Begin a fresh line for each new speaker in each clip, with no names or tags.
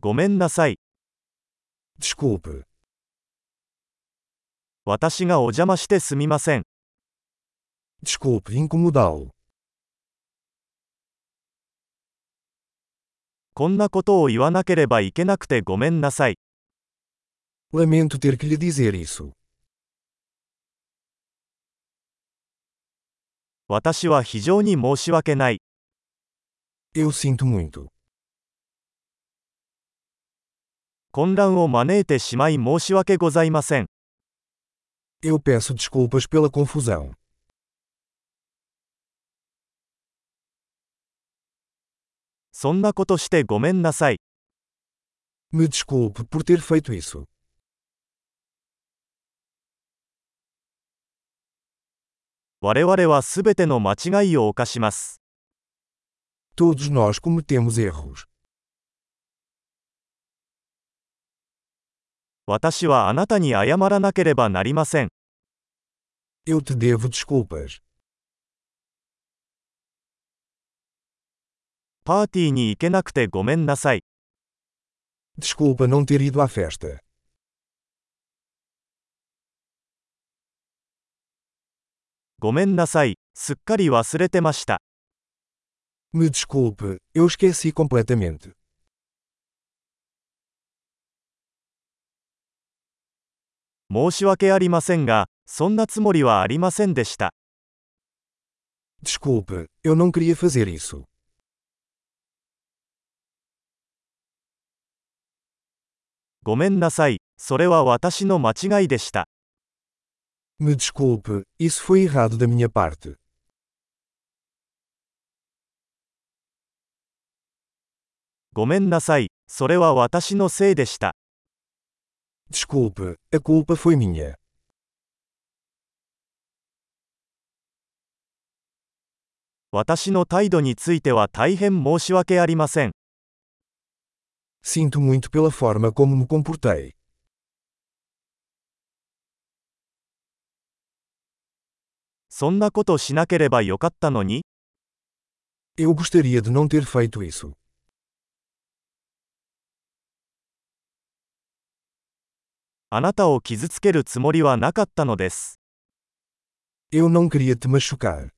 ごめんなさい。
Desculpe.
私がお邪魔してすみません。
Desculpe incomodá-lo.
こんなことを言わなければいけなくてごめんなさい。
Lamento ter que lhe dizer isso.
私は非常に申し訳ない。
Eu sinto muito.
混乱を招いてしまい申し訳ございません。
Eu peço desculpas pela confusão.
そんなことしてごめんなさい。
Me desculpe por ter feito isso.
我々はすべての間違いを犯します。
Todos nós cometemos erros.
私はあなたに謝らなければなりません。
Eu te devo desculpas.
パーティーに行けなくてごめんなさい。
Desculpa não ter ido à festa.
ごめんなさい。すっかり忘れてました。
Me desculpe, eu esqueci completamente.
申し訳ありませんが、そんなつもりはありませんでした。
Desculpe, eu não queria fazer isso.
ごめんなさい。それは私の間違いでした。
Me desculpe, isso foi errado da minha parte.
ごめんなさい。それは私のせいでした。
Desculpe, a culpa foi minha.
私の態度については大変申し訳ありません。
Sinto muito pela forma como me comportei.
そんなことしなければよかったのに、
Eu gostaria de não ter feito isso.
あなたを傷つけるつもりはなかったのです。
Eu não queria te machucar.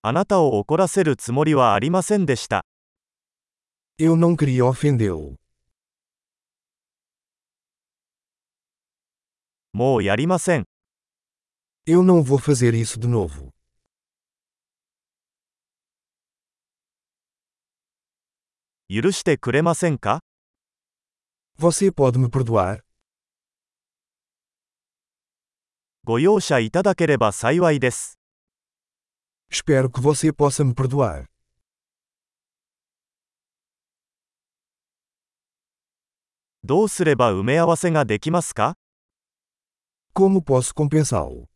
あなたを怒らせるつもりはありませんでした。
Eu não queria ofendê-lo.
もうやりません。
Eu não vou fazer isso de novo.
許してくれませんか
Você pode me perdoar?
ご容赦いただければ幸いです。
Espero que você possa me perdoar.
どうすれば埋め合わせができますか
Como posso compensá-lo?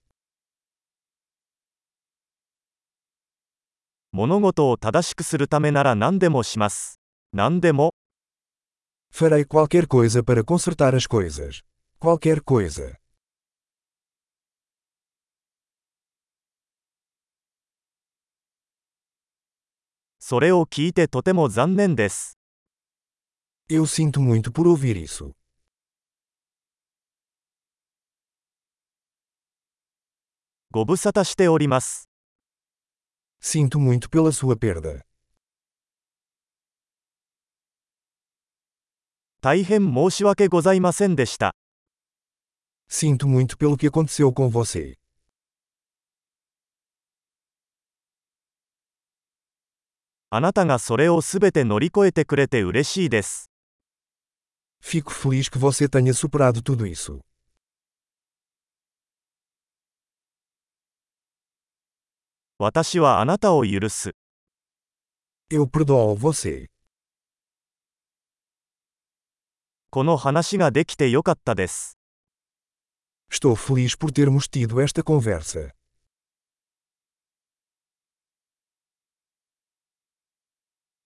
物事を正しくするためなら何でもします。何でも、
Farei qualquer coisa para consertar as coisas. Qualquer coisa.
それを聞いてとても残念です。
Eu sinto muito por ouvir isso.
ご無沙汰しております。
Sinto muito pela sua perda.
大変申し訳ございませんでした。
Sinto muito pelo que aconteceu com você.
あなたがそれをすべて乗り越えてくれて嬉しいです。
Fico feliz que você tenha superado tudo isso.
私はあなたを許す。
Eu perdoo você.
この話ができてよかったです。
Estou feliz por termos tido esta conversa.